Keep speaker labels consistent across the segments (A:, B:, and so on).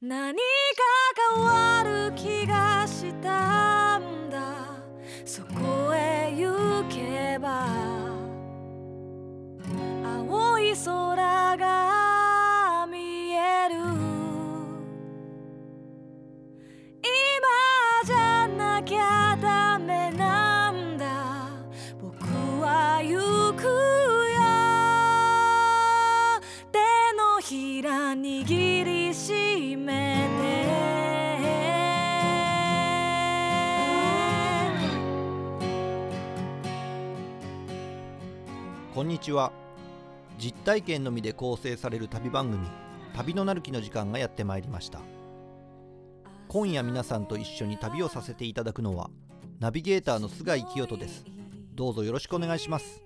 A: 何か変わる気がしたんだそこへ行けば青い空が見える今じゃなきゃダメなんだ僕は行くよ手のひら握りしめて
B: こんにちは実体験のみで構成される旅番組「旅のなる木」の時間がやってまいりました今夜皆さんと一緒に旅をさせていただくのはナビゲーターの菅井清人ですどうぞよろしくお願いします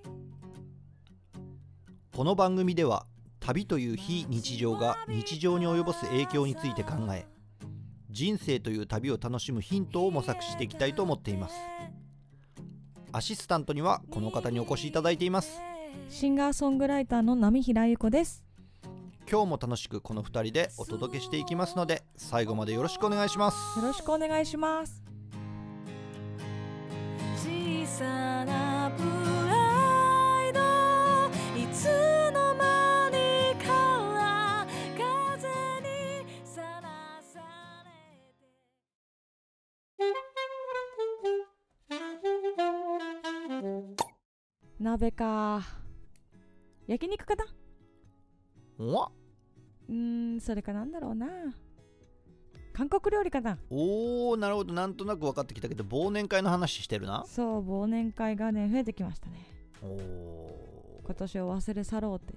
B: この番組では旅という非日常が日常に及ぼす影響について考え人生という旅を楽しむヒントを模索していきたいと思っていますアシスタントにはこの方にお越しいただいています
C: シンガーソングライターの波平由子です。
B: 今日も楽しくこの2人でお届けしていきますので最後までよろしくお願いします
C: よろしくお願いします。
A: 小さなプライドいつの間にか風にさらされて
C: 鍋か。焼肉かな
B: おわ
C: うーん、それかなんだろうな。韓国料理かな
B: おーなるほどなんとなく分かってきたけど忘年会の話してるな
C: そう、忘年会がね、増えてきましたね。
B: おー
C: 今年を忘れ去ろうって。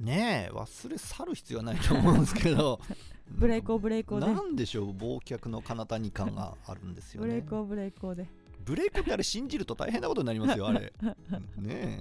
B: ねえ忘れ去る必要はないと思うんですけど
C: ブレイクをブレイクをで
B: な。んでしょう忘却の彼方に感があるんですよ
C: ブレイ
B: ね
C: クをブレイクをで。
B: ブレイクってあれ信じると大変なことになりますよあ れね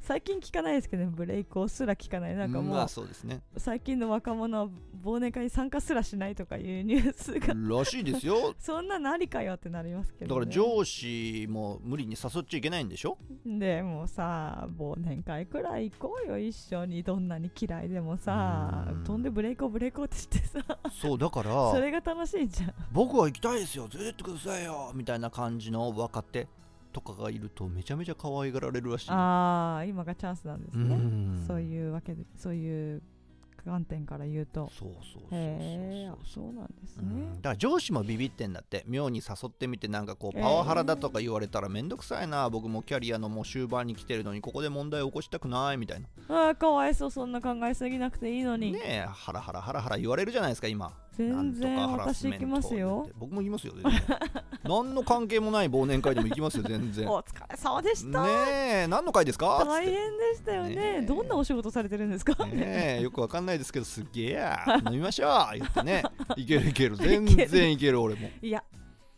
C: 最近聞かないですけどね、ブレイクをすら聞かない。
B: え
C: なんかも
B: まあ
C: う、
B: そうですね
C: 最近の若者は忘年会に参加すらしないとかいうニュー スが、
B: らしいですよ
C: そんなのありかよってなりますけ
B: だか
C: ど、ね。
B: ら上司も無理に誘っちゃいけないんでしょ
C: でもさ忘年会くらい行こうよ一緒にどんなに嫌いでもさ
B: うん
C: 飛んでブレイクをブレイクをってしてさ
B: そうだから
C: それが楽しい じゃん
B: 僕は行きたいですよ連れてってくださいよみたいな感じの若手とかがいるとめちゃめちゃ可愛がられるらしい
C: ああ今がチャンスなんですね
B: ん
C: そう
B: う
C: いうわけでそういう観点から言うと
B: そうそうそうそう
C: へえあ
B: そう
C: そうなんです
B: う
C: ね
B: んだから上司もビビってんだって妙に誘ってみてなんかこうパワハラだとか言われたらめんどくさいな僕もキャリアのもう終盤に来てるのにここで問題起こしたくないみたいな
C: ああかわいそうそんな考えすぎなくていいのに
B: ねえハラハラハラハラ言われるじゃないですか今
C: 全
B: なん
C: 然
B: とかハラス
C: 私
B: メン
C: 行き
B: ト
C: ます
B: なん
C: よ
B: て僕も行きますよ全 然何の関係もない忘年会でも行きますよ全然
C: お疲れ様でした
B: ねえ何の会ですか
C: 大変でしたよ
B: ねえ
C: ねどんなお仕事されてるんですか
B: ねえよくわかんないですけどすっげえ や飲みましょう言ってねいけるいける全然いける俺も
C: いや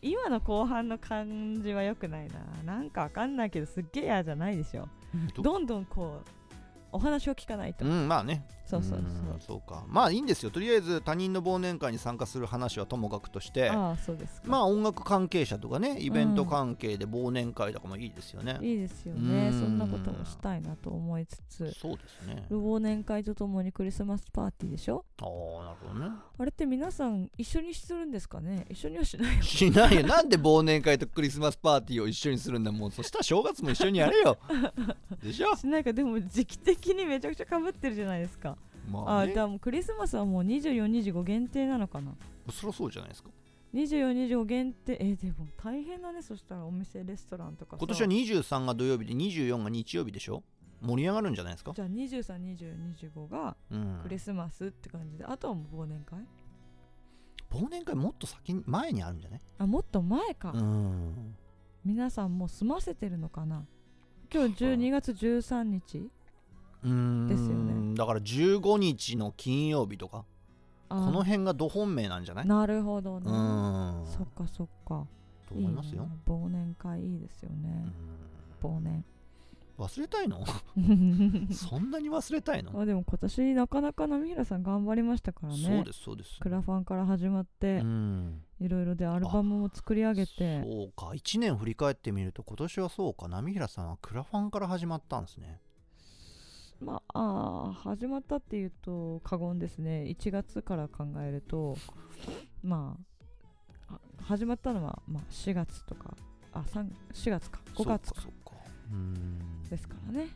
C: 今の後半の感じは良くないななんかわかんないけどすっげえ嫌じゃないでしょ
B: ど
C: どんどんこうお話を聞かないと、
B: うんまあね
C: そうそうそ
B: ん
C: う
B: そうかまあいいんですよとりあえず他人の忘年会に参加する話はともかくとして
C: ああそうですか、
B: まあ音楽関係者とかねイベント
C: うん
B: 関係で忘年会とかもいいですよね、
C: いいですよ
B: う
C: ね
B: ん
C: そんなこともしたいなと思いつつ
B: そうですね
C: 忘年会とともにクリスマスパーティーでしょ
B: ああなるほどね
C: あれって皆さん一緒にするんですかね一緒にはしないよ
B: しないよなんで忘年会とクリスマスパーティーを一緒にするんだもうそしたら正月も一緒にやれよでしょ
C: しないかでも時期的にめちゃくちゃかぶってるじゃないですか
B: ま
C: あ
B: あ、
C: あ
B: ね
C: じ、ゃあもうクリスマスはもう2425限定なのかな
B: そりゃそうじゃないですか
C: 2425限定えーでも大変だねそしたらお店レストランとかさ
B: 今年は23が土曜日で24が日曜日でしょ盛り上がるんじゃないですか
C: じゃあ232025が
B: うん
C: クリスマスって感じで、あとはもう忘年会
B: 忘年会もっと先に前にあるんじゃない
C: あもっと前か、
B: うん
C: 皆さんもう済ませてるのかな今日12月13日
B: うん
C: ですよね
B: だから15日の金曜日とか
C: あ
B: こ
C: ー
B: の辺がど本命なんじゃない
C: なるほど
B: うん
C: ね、そっかそっか
B: と思いますよ
C: ね忘年会いいですよね、忘年
B: うん忘れたい のそんなに忘れたいの、
C: あでも今年なかなか波平さん頑張りましたからね
B: そうですそうです
C: クラファンから始まって
B: う、ん
C: いろいろでアルバムも作り上げて
B: そうか1年振り返ってみると今年はそうか波平さんはクラファンから始まったんですね
C: まあ、あー始まったっていうと過言ですね1月から考えるとまああ始まったのは、まあ、4月とかあ三4月か5月か
B: そうかそうかうーん
C: ですからね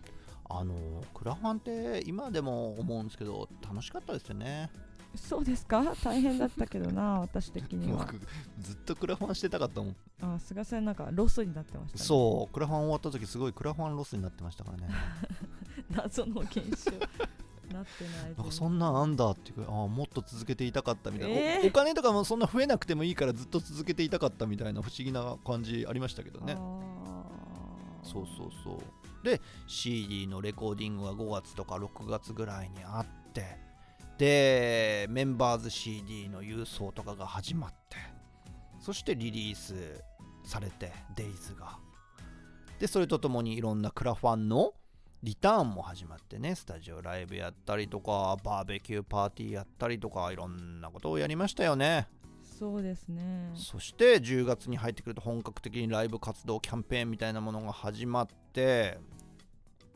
B: あのクラファンって今でも思うんですけど楽しかったですよね
C: そうですか大変だったけど な私的には
B: 僕ずっとクラファンしてたかったもん
C: あー菅さんなんかロスになってました、ね、
B: そうクラファン終わった時すごいクラファンロスになってましたからね
C: 謎の現 象なってない
B: なんか
C: です
B: そんなんあんだっていうかああもっと続けていたかったみたいな、
C: えー
B: おお金とかもそんな増えなくてもいいからずっと続けていたかったみたいな不思議な感じありましたけどね
C: あー
B: そうそうそうで CD のレコーディングが5月とか6月ぐらいにあってでメンバーズ CD の郵送とかが始まってそしてリリースされて Days がでそれとともにいろんなクラファンのリターンも始まってねスタジオライブやったりとかバーベキューパーティーやったりとかいろんなことをやりましたよね
C: そうですね
B: そして10月に入ってくると本格的にライブ活動キャンペーンみたいなものが始まって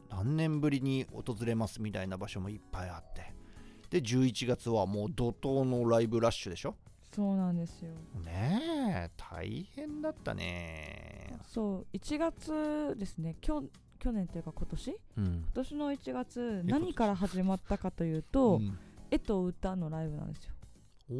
B: 何年ぶりに訪れますみたいな場所もいっぱいあってで11月はもう怒涛のライブラッシュでしょ
C: そうなんですよ
B: ねえ大変だったね
C: そう1月ですねきょ去年というか今年今
B: うん、
C: 年の1月
B: 年
C: 何から始まったかという
B: う
C: と
B: ん
C: 「絵と歌」のライブなんですよ
B: お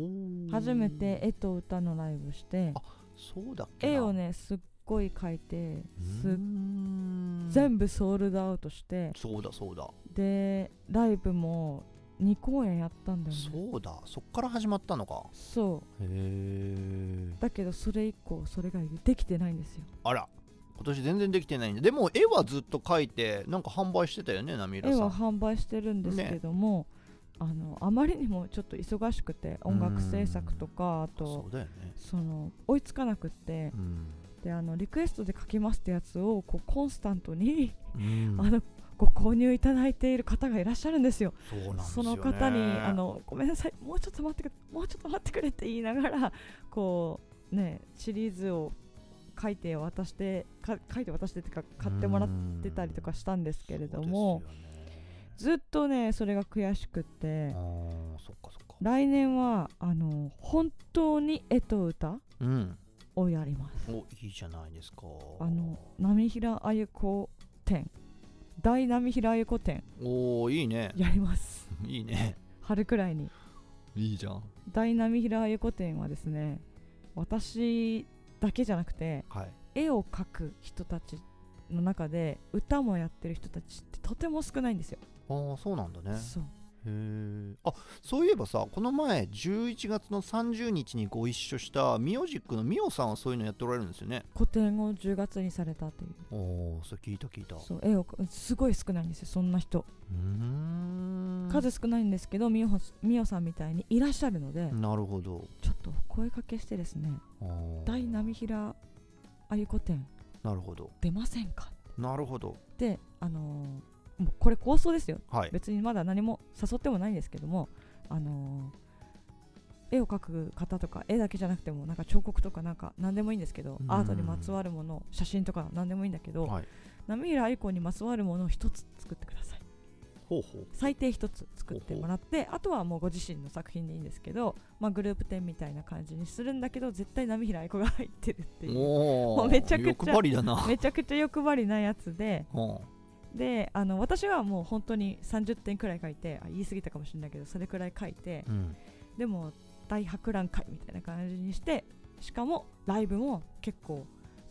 B: ー
C: 初めて「絵と歌」のライブして
B: あそうだっけな
C: 絵をねすっごい描いて
B: うー
C: す
B: ん
C: 全部ソールドアウトして
B: そうだそうだ
C: でライブも2公演やったんだよね
B: そうだそっから始まったのか
C: そ
B: へえ
C: うだけどそれ以降それができてないんですよ
B: あら今年全然できてないんででも絵はずっと描いてなんか販売してたよねナミラ
C: 絵
B: さ
C: は
B: ん
C: 販売してるんですけども、あのあまりにもちょっと忙しくて音楽制作とかあと
B: そうだよね
C: その追いつかなくって
B: うん、
C: であのリクエストで書きますってやつをこうコンスタントに、
B: うん
C: あのご購入いただいている方がいらっしゃるんですよ
B: そうなんです
C: そ
B: よね
C: の方にあの「ごめんなさいもうちょっと待ってくれもうちょっと待ってくれ」って言いながらこうねシリーズを書いて渡してか書いて渡してっていうか買ってもらってたりとかしたんですけれども、
B: そうです
C: ずっとねそれが悔しくって
B: よねあーそっかそっか
C: 来年はあの本当に絵と歌
B: うん
C: をやります
B: おいいじゃないですか
C: あの波平あゆ子展大波平あゆ子展
B: おーいいね
C: やります
B: いいね
C: 春くらいに
B: いいじゃん
C: 大波平あゆ子展はですね私だけじゃなくて
B: はい
C: 絵を描く人たちの中で歌もやってる人たちってとても少ないんですよ。
B: ああそうなんだね
C: そ
B: へ
C: う
B: えあそういえばさこの前11月の30日にご一緒したミオジックのミオさんはそういうのやっておられるんですよね
C: 個展を10月にされたという
B: おおそれ聞いた聞いたう
C: そう絵をすごい少ないんですよそんな人
B: ーん
C: 数少ないんですけどみおみおさんみたいにいらっしゃるので、
B: なるほど
C: ちょっとお声かけしてですね
B: あー
C: 「大波平あゆこ展
B: なるほど
C: 出ませんか?」
B: なるほど
C: であのーもうこれ構想ですよ
B: はい
C: 別にまだ何も誘ってもないんですけどもあのー絵を描く方とか絵だけじゃなくてもなんか彫刻とかなんか何でもいいんですけど
B: うん
C: アートにまつわるもの写真とか何でもいいんだけど、
B: はい
C: 波平あゆこにまつわるものを一つ作ってください
B: ほうほう
C: 最低1つ作ってもらってあとはもうご自身の作品でいいんですけど、まあ、グループ展みたいな感じにするんだけど絶対波平愛子が入ってるっていう
B: お
C: もうめちゃくちゃ
B: 欲張りだな
C: めちゃくちゃ欲張りなやつで
B: うん
C: であの私はもう本当に30点くらい書いてあ言い過ぎたかもしれないけどそれくらい書いて
B: うん
C: でも大博覧会みたいな感じにしてしかもライブも結構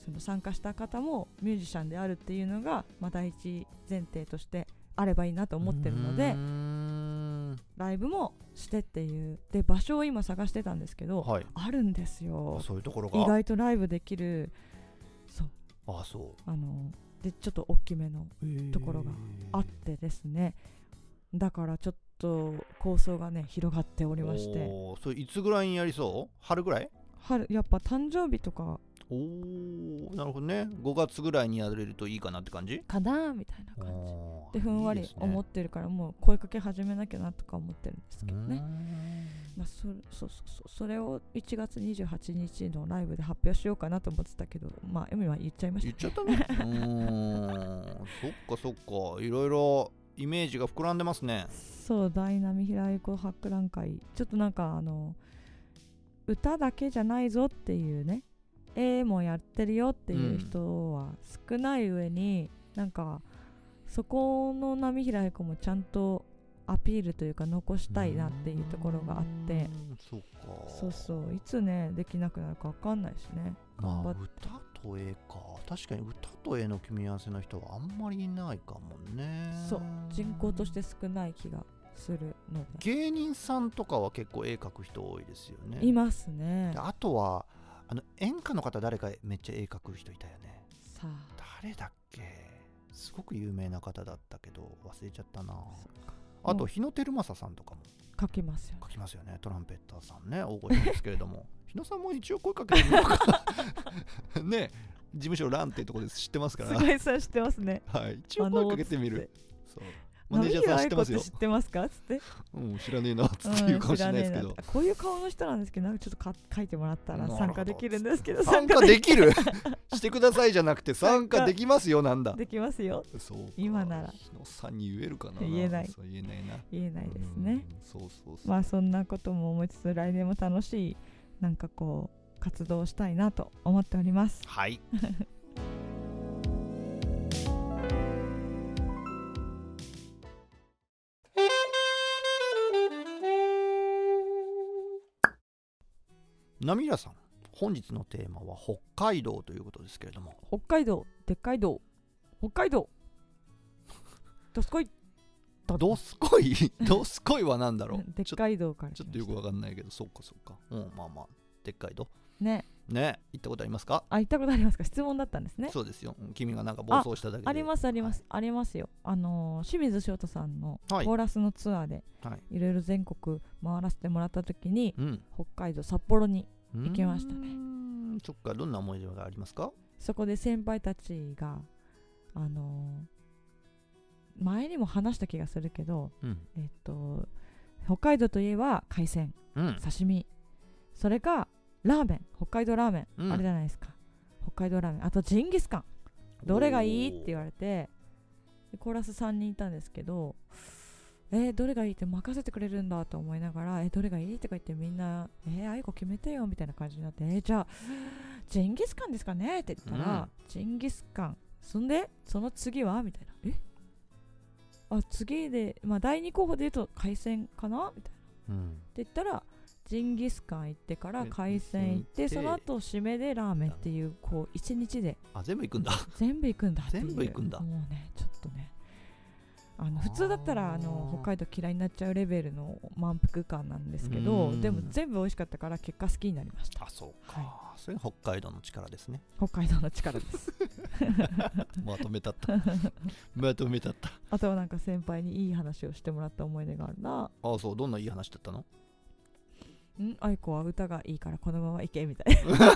C: その参加した方もミュージシャンであるっていうのが、まあ、第一前提としてあればいいな と思ってるので。
B: うーん
C: ライブもしてっていうで場所を今探してたんですけど、
B: はい
C: あるんです
B: あ
C: よ
B: そういうところ
C: 意
B: が
C: 外とライブできるそう
B: あそ
C: あのでちょっと大きめの
B: うへー
C: ところがあってですねだからちょっと構想がね広がっておりまして
B: おーそれいつぐらいにやりそう春ぐらい
C: 春やっぱ誕生日とか
B: おおなるほどね5月ぐらいにやれるといいかなって感じ
C: かなみたいな感じ
B: あー
C: でふんわ
B: いい
C: り
B: ですね
C: 思ってるからもう声かけ始めなきゃなとか思ってるんですけどね
B: うーん
C: まあ、そそうそうそうそれを1月28日のライブで発表しようかなと思ってたけどまあ今言っちゃいました
B: 言っちゃったね。うーん、そっかそっか、いろいろイメージが膨らんでますね
C: そう「ダイナミ平井子博覧会」ちょっとなんかあの歌だけじゃないぞっていうね絵もやってるよっていう人は少ない上に、なんかそこの波平井子もちゃんとアピールというか残したいなっていうところがあって
B: うんそうか
C: そうそういつねできなくなるか分かんないしね
B: ま
C: 頑
B: あ
C: 張っ
B: 歌と絵か確かに歌と絵の組み合わせの人はあんまりいないかもね
C: そう人口として少ない気がするので
B: 芸人さんとかは結構絵描く人多いですよね
C: いますね
B: であとはあの演歌の方誰かめっちゃ絵描く人いたよね
C: さあ
B: 誰だっけすごく有名な方だったけど忘れちゃったな
C: そっか
B: あ
C: も
B: と
C: う
B: 日野照正さんとかも
C: 書きますよね
B: 書きますよねトランペッターさんね大御所ですけれども 日野さんも一応声かけてみようか ね事務所ランっていうところです知ってますから
C: すごいそれ知ってますね
B: はい、一応声かけてみる。そう。マネー
C: 波
B: ジャーさん
C: 平
B: 知っ
C: 愛
B: て
C: 子
B: ま
C: っ
B: す
C: て
B: よ
C: 知。ってますかつ って
B: うん、知らねえなっつって言うかもしれないですけ
C: うん
B: ど
C: 知らねえ。なこういう顔の人なんですけどなんかちょっとか書いてもらった
B: な
C: ら
B: るほど
C: 参加できるんですけど
B: 参
C: 参
B: 加
C: 加
B: で
C: で
B: きるしてくださいじゃなくて参
C: 参加
B: 加できますよなんだ。
C: できますよ
B: そうか。
C: 今なら
B: 日野さんに言えるかな。
C: 言えない
B: そう言えないな。
C: 言えないですね
B: うん。そうそうそう。
C: まあそんなことも思いつつ来年も楽しいなんかこう活動をしたいなと思っております
B: はい。ナミラさん、本日のテーマは北海道ということですけれども、
C: 北海道でっかい道北海道どすこいだ
B: どすこい、どすこいは何だろ
C: で
B: う
C: っ
B: ちょ
C: かい道から
B: ちょっとよくわかんないけど、そっかそっか。うん、まあまあ、でっかいど。
C: ね
B: ね、行ったことありますか
C: あ行ったことありますか質問だったんですね
B: そうですよ。うん君がなんか暴走しただけで。
C: ありますあります、ありますよあのー清水翔太さんのコ
B: はい
C: ーラスのツアーで
B: はい
C: ろいろ全国回らせてもらった時に
B: うん。
C: 北海道札幌に
B: 行
C: 行きましたね
B: ね。そっか、どんな思い出がありますか
C: そこで先輩たちがあのー前にも話した気がするけど
B: うん。
C: えっと北海道といえば海鮮
B: うん。
C: 刺身それかラーメン北海道ラーメン、
B: うん
C: あれじゃないですか北海道ラーメンあとジンギスカンどれがいいって言われてでコーラス3人いたんですけどえーどれがいいって任せてくれるんだと思いながらえーどれがいいとか言ってみんな「えー、あいこ決めてよ」みたいな感じになって「えーじゃあジンギスカンですかね?」って言ったら、
B: うん
C: ジンギスカンそんでその次は?」みたいな「えあ次でまあ第2候補で言うと海鮮かな?」みたいな。
B: うん
C: って言ったらジンギスカン行ってから
B: で
C: 海鮮行って
B: 海鮮
C: その
B: 行って
C: 後締めでラーメンっていうこう一日で
B: あ全部行くんだ
C: 全部行くんだっていう
B: 全部行くんだ
C: もうねちょっとねあの普通だったらあの
B: あー
C: 北海道嫌いになっちゃうレベルの満腹感なんですけど
B: うん
C: でも全部美味しかったから結果好きになりました
B: あそうか、
C: はい
B: それが北海道の力ですね
C: 北海道の力です
B: まとめたったまとめたった
C: あとはなんか先輩にいい話をしてもらった思い出があるな
B: あそうどんないい話だったの
C: ん愛子は歌がいいからこのまま行けみたいな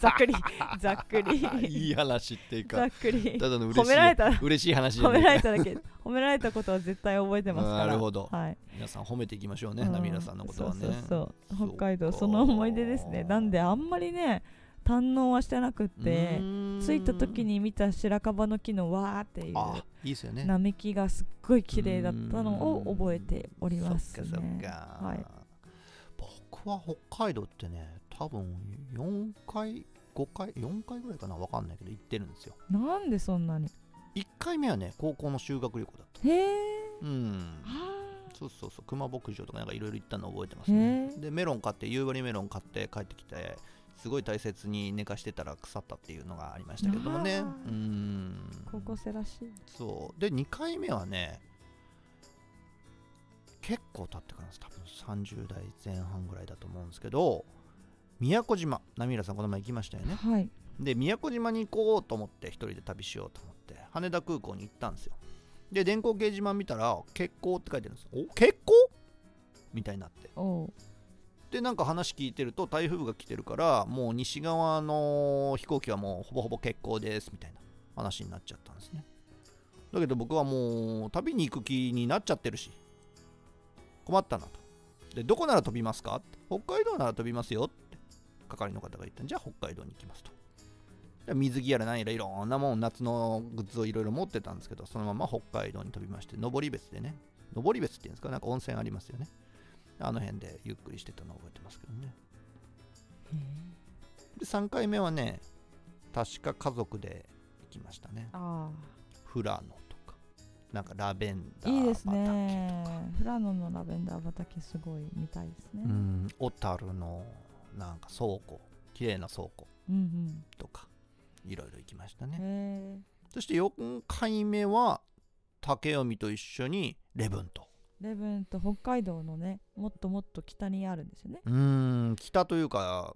C: ざっくりざっくり
B: いい話っていう
C: ざ
B: か
C: っくり
B: ただの嬉しい
C: 褒められた
B: 嬉しい話じゃな
C: 褒め
B: い
C: られただけ褒められたことは絶対覚えてますから
B: なるほど
C: はい
B: 皆さん褒めていきましょうね
C: うん
B: ナミラさんのことはね
C: そうそう
B: そ
C: そうう北海道
B: か
C: その思い出ですねなんであんまりね堪能はしてなくって着いた時に見た白樺の木のわーっていう
B: あいいですよね
C: 並木がすっごい綺麗だったのを覚えておりますね
B: そっかそっか、
C: はい
B: 僕は北海道ってね多分4回5回4回ぐらいかなわかんないけど行ってるんですよ
C: なんでそんなに
B: 1回目はね高校の修学旅行だった
C: へえ
B: うん
C: あ
B: そうそうそう熊牧場とかなんかいろいろ行ったの覚えてます
C: へ
B: ね
C: え
B: でメロン買って夕張メロン買って帰ってきてすごい大切に寝かしてたら腐ったっていうのがありましたけどもね
C: あ
B: う
C: ー
B: ん
C: ー高校生らしい
B: そうで2回目はね結構経ってからです多分30代前半ぐらいだと思うんですけど宮古島浪浦さんこの前行きましたよね
C: はい
B: で宮古島に行こうと思って一人で旅しようと思って羽田空港に行ったんですよで電光掲示板見たら「結構」って書いてあるんですお結構みたいになって
C: おう
B: でなんか話聞いてると台風が来てるからもう西側の飛行機はもうほぼほぼ欠航ですみたいな話になっちゃったんですねだけど僕はもう旅に行く気になっちゃってるし困ったなとでどこなら飛びますかって北海道なら飛びますよって係の方が言ったんじゃあ北海道に行きますと水着やら何やらいろんなもん夏のグッズをいろいろ持ってたんですけどそのまま北海道に飛びまして登別でね登別っていうんですかなんか温泉ありますよねあの辺でゆっくりしてたのを覚えてますけどねで3回目はね確か家族で行きましたね
C: あ
B: 富良野とかなんかラベン
C: あ
B: ダー
C: いいです
B: 畑とか
C: ね富良野のラベンダー畑すごい見たいですね、
B: う、ん小樽のなんか倉庫綺麗な倉庫
C: うん
B: とかいろいろ行きました
C: うん
B: ね
C: へえ
B: そして4回目は竹臣と一緒にレブンと
C: レブンと北海道のねもっともっと北にあるんですよね
B: うーん北というか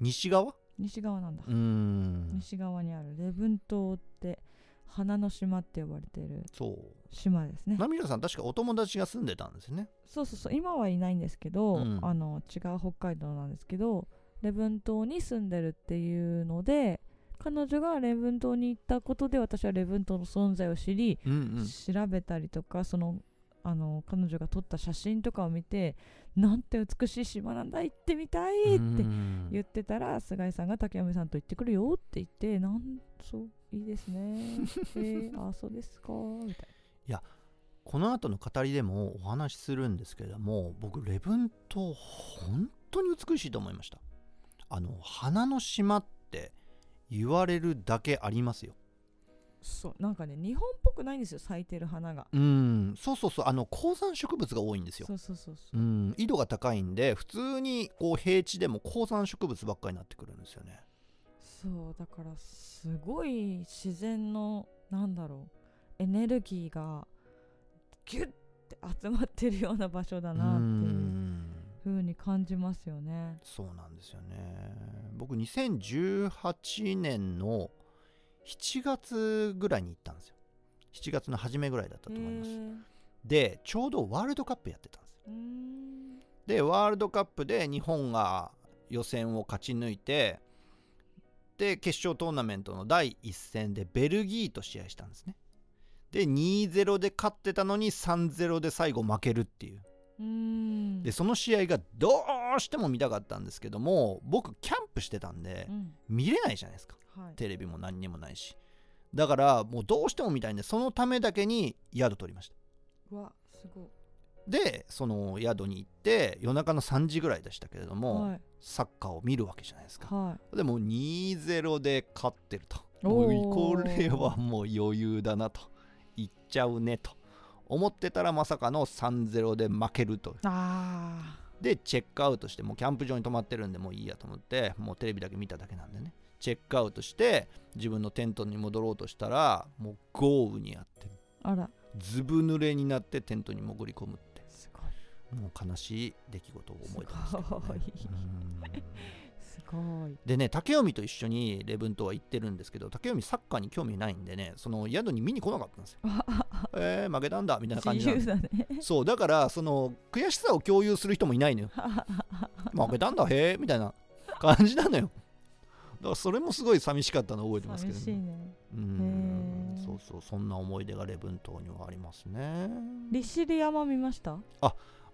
B: 西側
C: 西側なんだ
B: うーん
C: 西側にあるレブン島って花の島って呼ばれてる
B: そう
C: 島ですね
B: ナミラさん確かお友達が住んでたんですよね
C: そうそうそう今はいないんですけど、
B: うん
C: あの違う北海道なんですけど礼文島に住んでるっていうので彼女が礼文島に行ったことで私は礼文島の存在を知り、
B: うん
C: 調べたりとかそのあの彼女が撮った写真とかを見てなんて美しい島なんだ行ってみたいって
B: て
C: 言ってたら菅井さんが竹山さんと行ってくるよって言ってなんそういいです ねえー、あそうですかみたい
B: この後の語りでもお話しするんですけれども僕レブン島本当に美しいと思いましたあの花の島って言われるだけありますよ
C: なそうなんかね日本っぽくないんですよ咲いてる花が
B: うんそうそうそうあの高山植物が多いんですよ
C: そうそうそうそう
B: うん緯度が高いんで普通にこう平地でも高山植物ばっかりになってくるんですよね
C: そうだからすごい自然のなんだろうエネルギーがギュッて集まってるような場所だなっ
B: う
C: ていううん風に感じますよね。
B: そうなんですよね僕2018年の7月ぐらいに行ったんですよ7月の初めぐらいだったと思います、
C: へー
B: でちょうどワールドカップやってたんですよ
C: うーん
B: でワールドカップで日本が予選を勝ち抜いてで決勝トーナメントの第1戦でベルギーと試合したんですねで2-0で勝ってたのに3-0で最後負けるっていう
C: うーん
B: でその試合がどうしても見たかったんですけども僕キャンプしてたんで
C: うん
B: 見れないじゃないですか
C: はい、
B: テレビも何にもないしだからもうどうしても見たいんでそのためだけに宿取りました
C: うわすごい。
B: でその宿に行って夜中の3時ぐらいでしたけれども、
C: はい
B: サッカーを見るわけじゃないですか
C: はい
B: でも2-0で勝ってると
C: おー
B: もうこれはもう余裕だなといっちゃうねと思ってたらまさかの3-0で負けると
C: あ
B: でチェックアウトしてもうキャンプ場に泊まってるんでもういいやと思ってもうテレビだけ見ただけなんでねチェックアウトして自分のテントに戻ろうとしたらもう豪雨にあって
C: ーあら
B: ずぶ濡れになってテントに潜り込むって
C: すごい
B: もう悲しい出来事を思い出 ますけどね
C: すごい
B: うん
C: すごい。
B: でね竹臣と一緒に礼文島は行ってるんですけど竹臣サッカーに興味ないんでねその宿に見に来なかったんですよえー、負けたんだみたいな感じ
C: 自
B: なんで
C: 由
B: す
C: だ ね。
B: そうだからその悔しさを共有する人もい ないのよ負けたんだへえみたいな感じなのよだからそれもすごい寂しかったのを覚えてますけど
C: 寂
B: ね、
C: しいね。
B: うん
C: へえ
B: そうそうそんな思い出が礼文島にはありますね
C: 利尻山見ました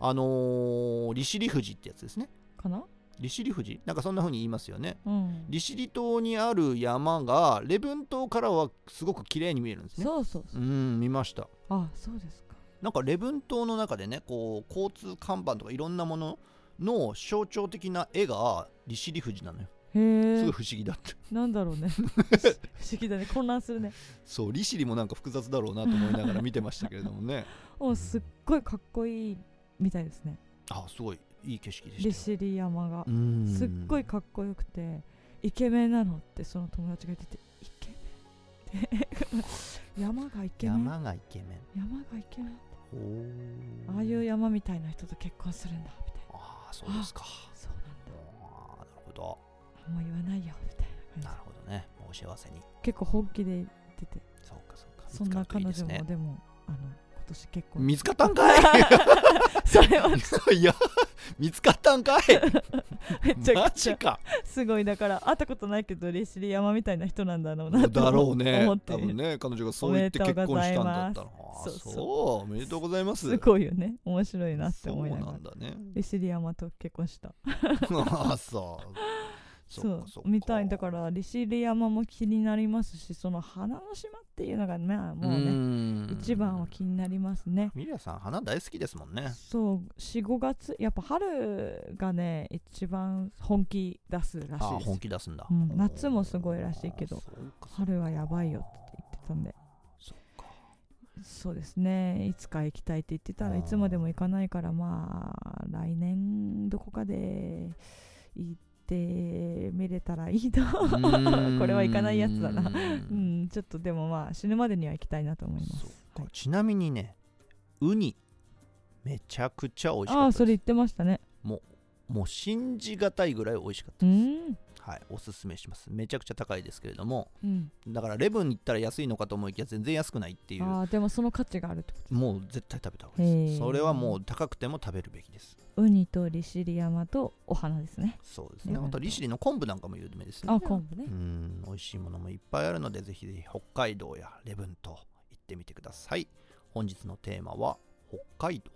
B: あのー利尻富士ってやつですね
C: かな？
B: 利尻富士なんかそんな風に言いますよね
C: うん。
B: 利尻島にある山が礼文島からはすごく綺麗に見えるんですね
C: そうそうそうう。
B: ん見ました
C: あそうですか。
B: なんか礼文島の中でねこう交通看板とかいろんなものの象徴的な絵が利尻富士なのよす
C: へえ
B: ごい。不思議だって、
C: なんだろうね不思議だね混乱するね
B: そう利尻もなんか複雑だろうなと思いながら見てましたけれども ね
C: おすっごいかっこいいみたいですね
B: あすごいいい景色で
C: 利
B: したよ
C: 尻山が
B: うん
C: すっごいかっこよくてイケメンなのってその友達が言っててイケメンって 山がイケメン山
B: 山がイケメン
C: がイケメン
B: ほう
C: ああいう山みたいな人と結婚するんだみたい
B: ああそうですか
C: なそうなんだ
B: あーなるほど
C: あんま言わないよみたいな
B: な
C: 感
B: るほどねお幸せに
C: じ結構本気で言ってて
B: そうかそうか
C: そんな彼
B: 見
C: 女
B: つか
C: も
B: るといいですね
C: でもあの今年結婚
B: 見つかったんかい
C: それは
B: いや 見つかったん かい
C: めちゃ
B: マ
C: くちゃ
B: ジか
C: すごいだから会ったことないけど利尻山みたいな人なんだろうなと
B: だろうね
C: 思って
B: 多
C: いる
B: 分ね彼女がそう言って結婚したんだったらあ
C: おめでとうございます
B: ー
C: そ
B: そううおめでとうございます
C: そうすごいよね面白い なって思いなが
B: そう
C: ら
B: なんだね
C: 利尻山と結婚した
B: あーそうそっかそっか
C: みたいだから利尻山も気になりますしその花の島っていうのがねもうね
B: ね
C: 一番は気になりますね
B: ミリアさん花大好きですもんね
C: そう45月やっぱ春がね一番本気出すらし
B: あ
C: い
B: あ
C: です
B: 本気出すんだ、
C: うん夏もすごいらしいけ
B: あ
C: ど
B: あそうか
C: 春はやばいよって言ってたんで
B: そっか
C: そうですねいつか行きたいって言ってた
B: あ
C: ら
B: ー
C: いつまでも行かないからまあ来年どこかで行ってみれたらいいなこれは行かないやつだな
B: うー
C: うんんちょっとでもまあ死ぬまでには行きたいなと思いま
B: そ
C: す
B: っ、かちなみにねウニめちゃくちゃ美味し
C: あ
B: か
C: あ
B: っ
C: ー
B: た
C: そ
B: です
C: れ言ってましたね
B: もう信じがたいぐらい美味しかった
C: う
B: です、
C: ん
B: はいおすすめしますめちゃくちゃ高いですけれども
C: うん
B: だからレブンに行ったら安いのかと思いきや全然安くないっていう
C: ああでもその価値があるってこ
B: もう絶対食べた方がいいで
C: へ
B: す
C: ー
B: それはもう高くても食べるべきです
C: とウニと利尻山とお花ですね
B: そうですね
C: うん
B: あと利尻の昆布なんかも有名ですね
C: あ昆布ね
B: うん美味しいものもいっぱいあるのでぜひぜひ北海道やレブンと行ってみてください本日のテーマは北海道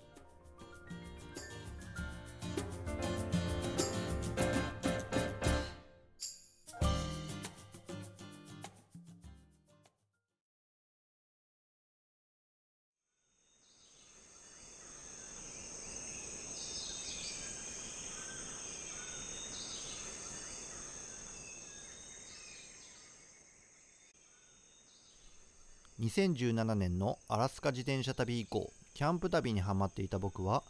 B: 2017年のアラスカ自転車旅以降キャンプ旅にハマっていた僕は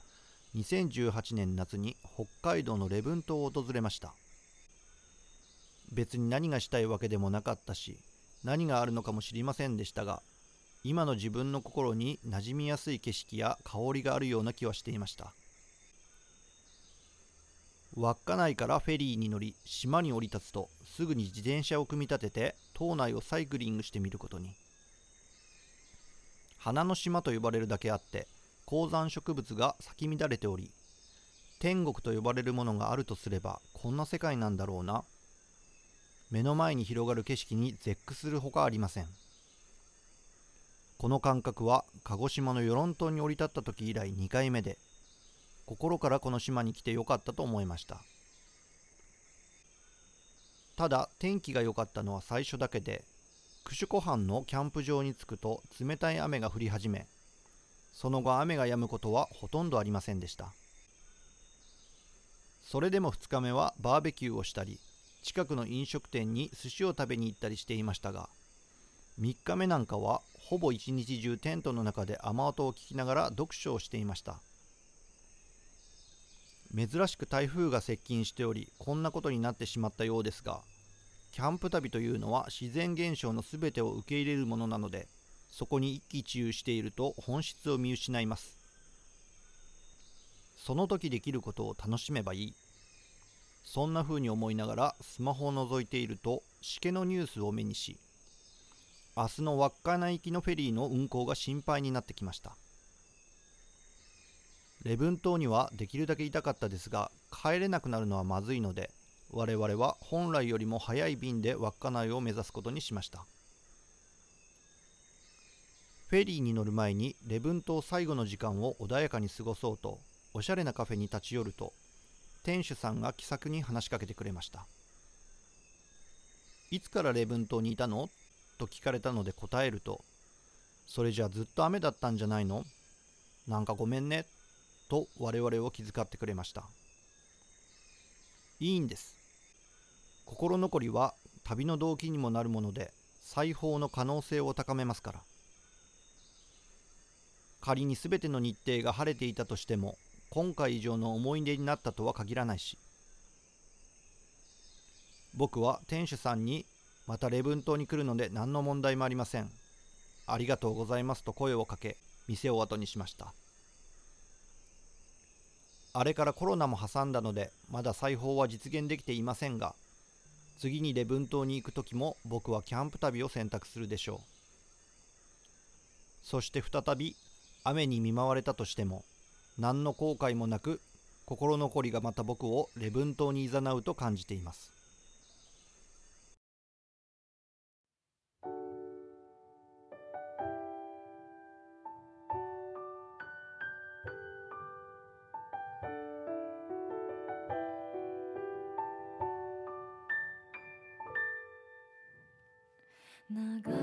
B: 2018年夏に北海道の礼文島を訪れました別に何がしたいわけでもなかったし何があるのかも知りませんでしたが今の自分の心に馴染みやすい景色や香りがあるような気はしていました稚内からフェリーに乗り島に降り立つとすぐに自転車を組み立てて島内をサイクリングしてみることに花の島と呼ばれるだけあって高山植物が咲き乱れており天国と呼ばれるものがあるとすればこんな世界なんだろうな目の前に広がる景色に絶句するほかありませんこの感覚は鹿児島の与論島に降り立った時以来2回目で心からこの島に来てよかったと思いましたただ天気が良かったのは最初だけで串湖畔のキャンプ場に着くと冷たい雨が降り始めその後雨が止むことはほとんどありませんでしたそれでも2日目はバーベキューをしたり近くの飲食店に寿司を食べに行ったりしていましたが3日目なんかはほぼ一日中テントの中で雨音を聞きながら読書をしていました珍しく台風が接近しておりこんなことになってしまったようですがキャンプ旅というのは自然現象のすべてを受け入れるものなので、そこに一喜一憂していると本質を見失います。その時できることを楽しめばいい。そんな風に思いながらスマホを覗いていると、しけのニュースを目にし、明日の稚内行きのフェリーの運航が心配になってきました。礼文島にはできるだけいたかったですが、帰れなくなるのはまずいので、我々は本来よりも早い便で稚内を目指すことにしましたフェリーに乗る前に礼文島最後の時間を穏やかに過ごそうとおしゃれなカフェに立ち寄ると店主さんが気さくに話しかけてくれました「いつから礼文島にいたの?」と聞かれたので答えると「それじゃあずっと雨だったんじゃないのなんかごめんね」と我々を気遣ってくれましたいいんです心残りは旅の動機にもなるもので裁縫の可能性を高めますから仮に全ての日程が晴れていたとしても今回以上の思い出になったとは限らないし僕は店主さんに「また礼文島に来るので何の問題もありません」「ありがとうございます」と声をかけ店を後にしましたあれからコロナも挟んだのでまだ裁縫は実現できていませんが次に礼文島に行く時も僕はキャンプ旅を選択するでしょうそして再び雨に見舞われたとしても何の後悔もなく心残りがまた僕を礼文島に誘うと感じています
A: 長い長い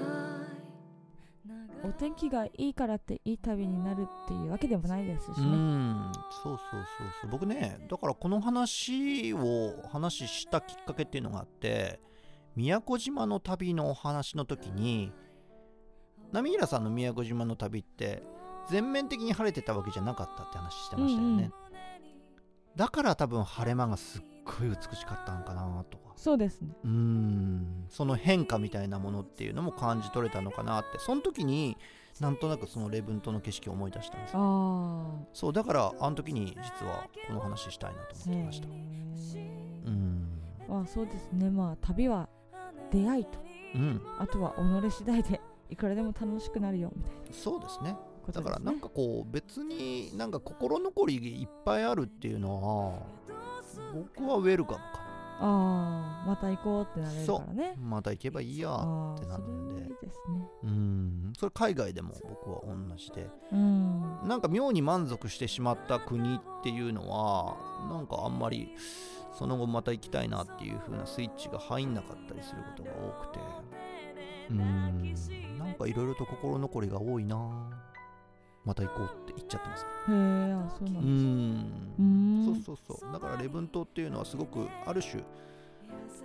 C: お天気がいいからっていい旅になるっていうわけでもないですし
B: う
C: ね。
B: んそうそうそうそう僕ねだからこの話を話したきっかけっていうのがあって宮古島の旅のお話の時に浪平さんの宮古島の旅って全面的に晴れてたわけじゃなかったって話してましたよね、
C: うんうん
B: だから多分晴れ間がすっごい美しかったんかなとか
C: そうですね。
B: うーんその変化みたいなものっていうのも感じ取れたのかなってその時になんとなくその礼文島の景色を思い出したんですよ
C: あ
B: そうだからあの時に実はこの話したいなと
C: あ、
B: 思ってました
C: へ
B: うーん
C: ーまあそうですね。まあ旅は出会いと、
B: うん
C: あとは己次第でいくらでも楽しくなるよみたいな
B: そうですね
C: ことで
B: だ
C: すね。
B: からなんかこう別になんか心残りいっぱいあるっていうのは僕はウェルカムかな
C: ああ、また行こうってなれるからね。
B: また行けばいいや
C: あ
B: って
C: あ、
B: な
C: そ
B: る
C: れ
B: んで
C: いいですね。
B: うーんそれ海外でも僕は同じで
C: うん。
B: なんか妙に満足してしまった国っていうのはなんかあんまりその後また行きたいなっていう風なスイッチが入んなかったりすることが多くてうーんなんかいろいろと心残りが多いなまた行こうって言っちゃってますね
C: へえ、あそうな
B: うん
C: だ。うー
B: ん
C: ん。
B: そうそうそうだから礼文島っていうのはすごくある種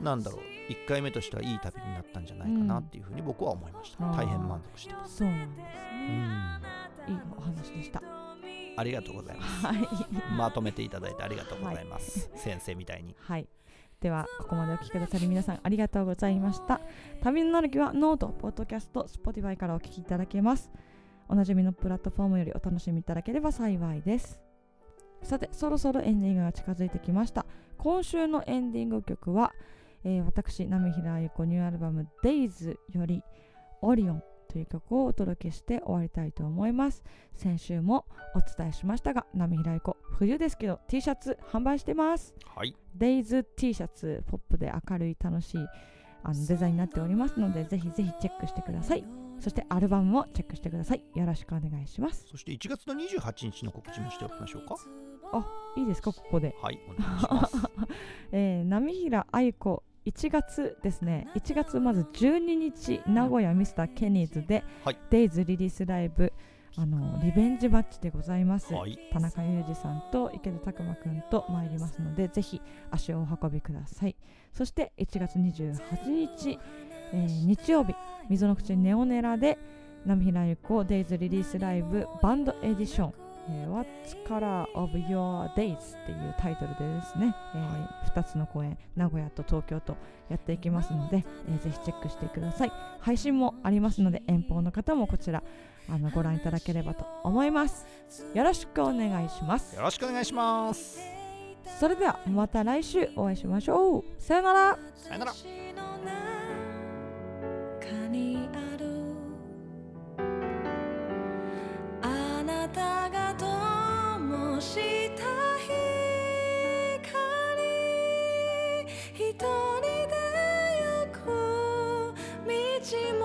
B: なんだろう1回目としてはいい旅になったんじゃないかなっていう風に僕は思いました
C: うん
B: 大変満足してます
C: そうなんです
B: う
C: ね。
B: ん
C: いいお話でした。
B: ありがとうございます
C: はい。
B: まとめていただいてありがとうございます、先生みたいに
C: はい。では、ここまでお聞きくださり皆さんありがとうございました。旅のなるきはノート、ポッドキャスト、Spotify からお聞きいただけます。おなじみのプラットフォームよりお楽しみいただければ幸いです。さて、そろそろエンディングが近づいてきました。今週のエンディング曲は、えー私、波平ゆ子ニューアルバム Days よりオリオンという曲をお届けして終わりたいと思います。先週もお伝えしましたが、波平ゆ子、冬ですけど T シャツ販売してます。
B: はい
C: デイズ T シャツポップで明るい楽しいあのデザインになっておりますのでぜひぜひチェックしてくださいそしてアルバムもチェックしてくださいよろしくお願いします
B: そして1月の28日の告知もしておきましょうか
C: いいですかここで、
B: はいお願いします
C: えー、波平愛子1月ですね1月まず12日名古屋ミスターケニーズで、
B: はい
C: デイズリリースライブあのリベンジマッチでございます、
B: はい
C: 田中裕二さんと池田拓磨くんと参りますのでぜひ足をお運びくださいそして1月28日、えー日曜日溝の口ネオネラで波平由子デイズリリースライブバンドエディション、えー What's Color of Your Days っていうタイトルでですね、え2つの公演名古屋と東京とやっていきますので、えーぜひチェックしてください配信もありますので遠方の方もこちらあのご覧いただければと思いますよろしくお願いします
B: よろしくお願いします
C: それではまた来週お会いしましょうさよなら
B: さよなら
A: 私の中にあるあなたが灯した光一人で行く道も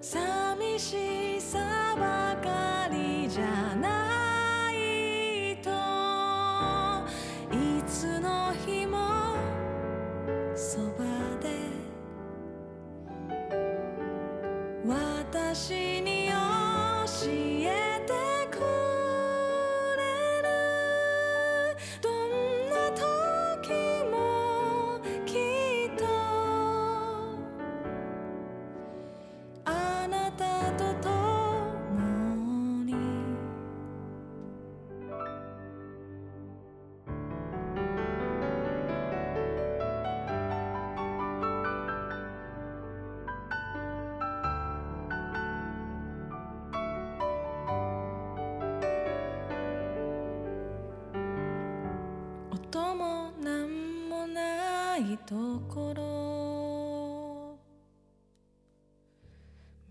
A: 寂しさばかりじゃないといつの日もそばで私に教えてくれるどんな時もきっとあなたと共に音もなんもないところ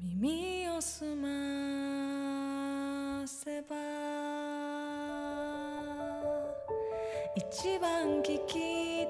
A: 耳をすませば一番聞き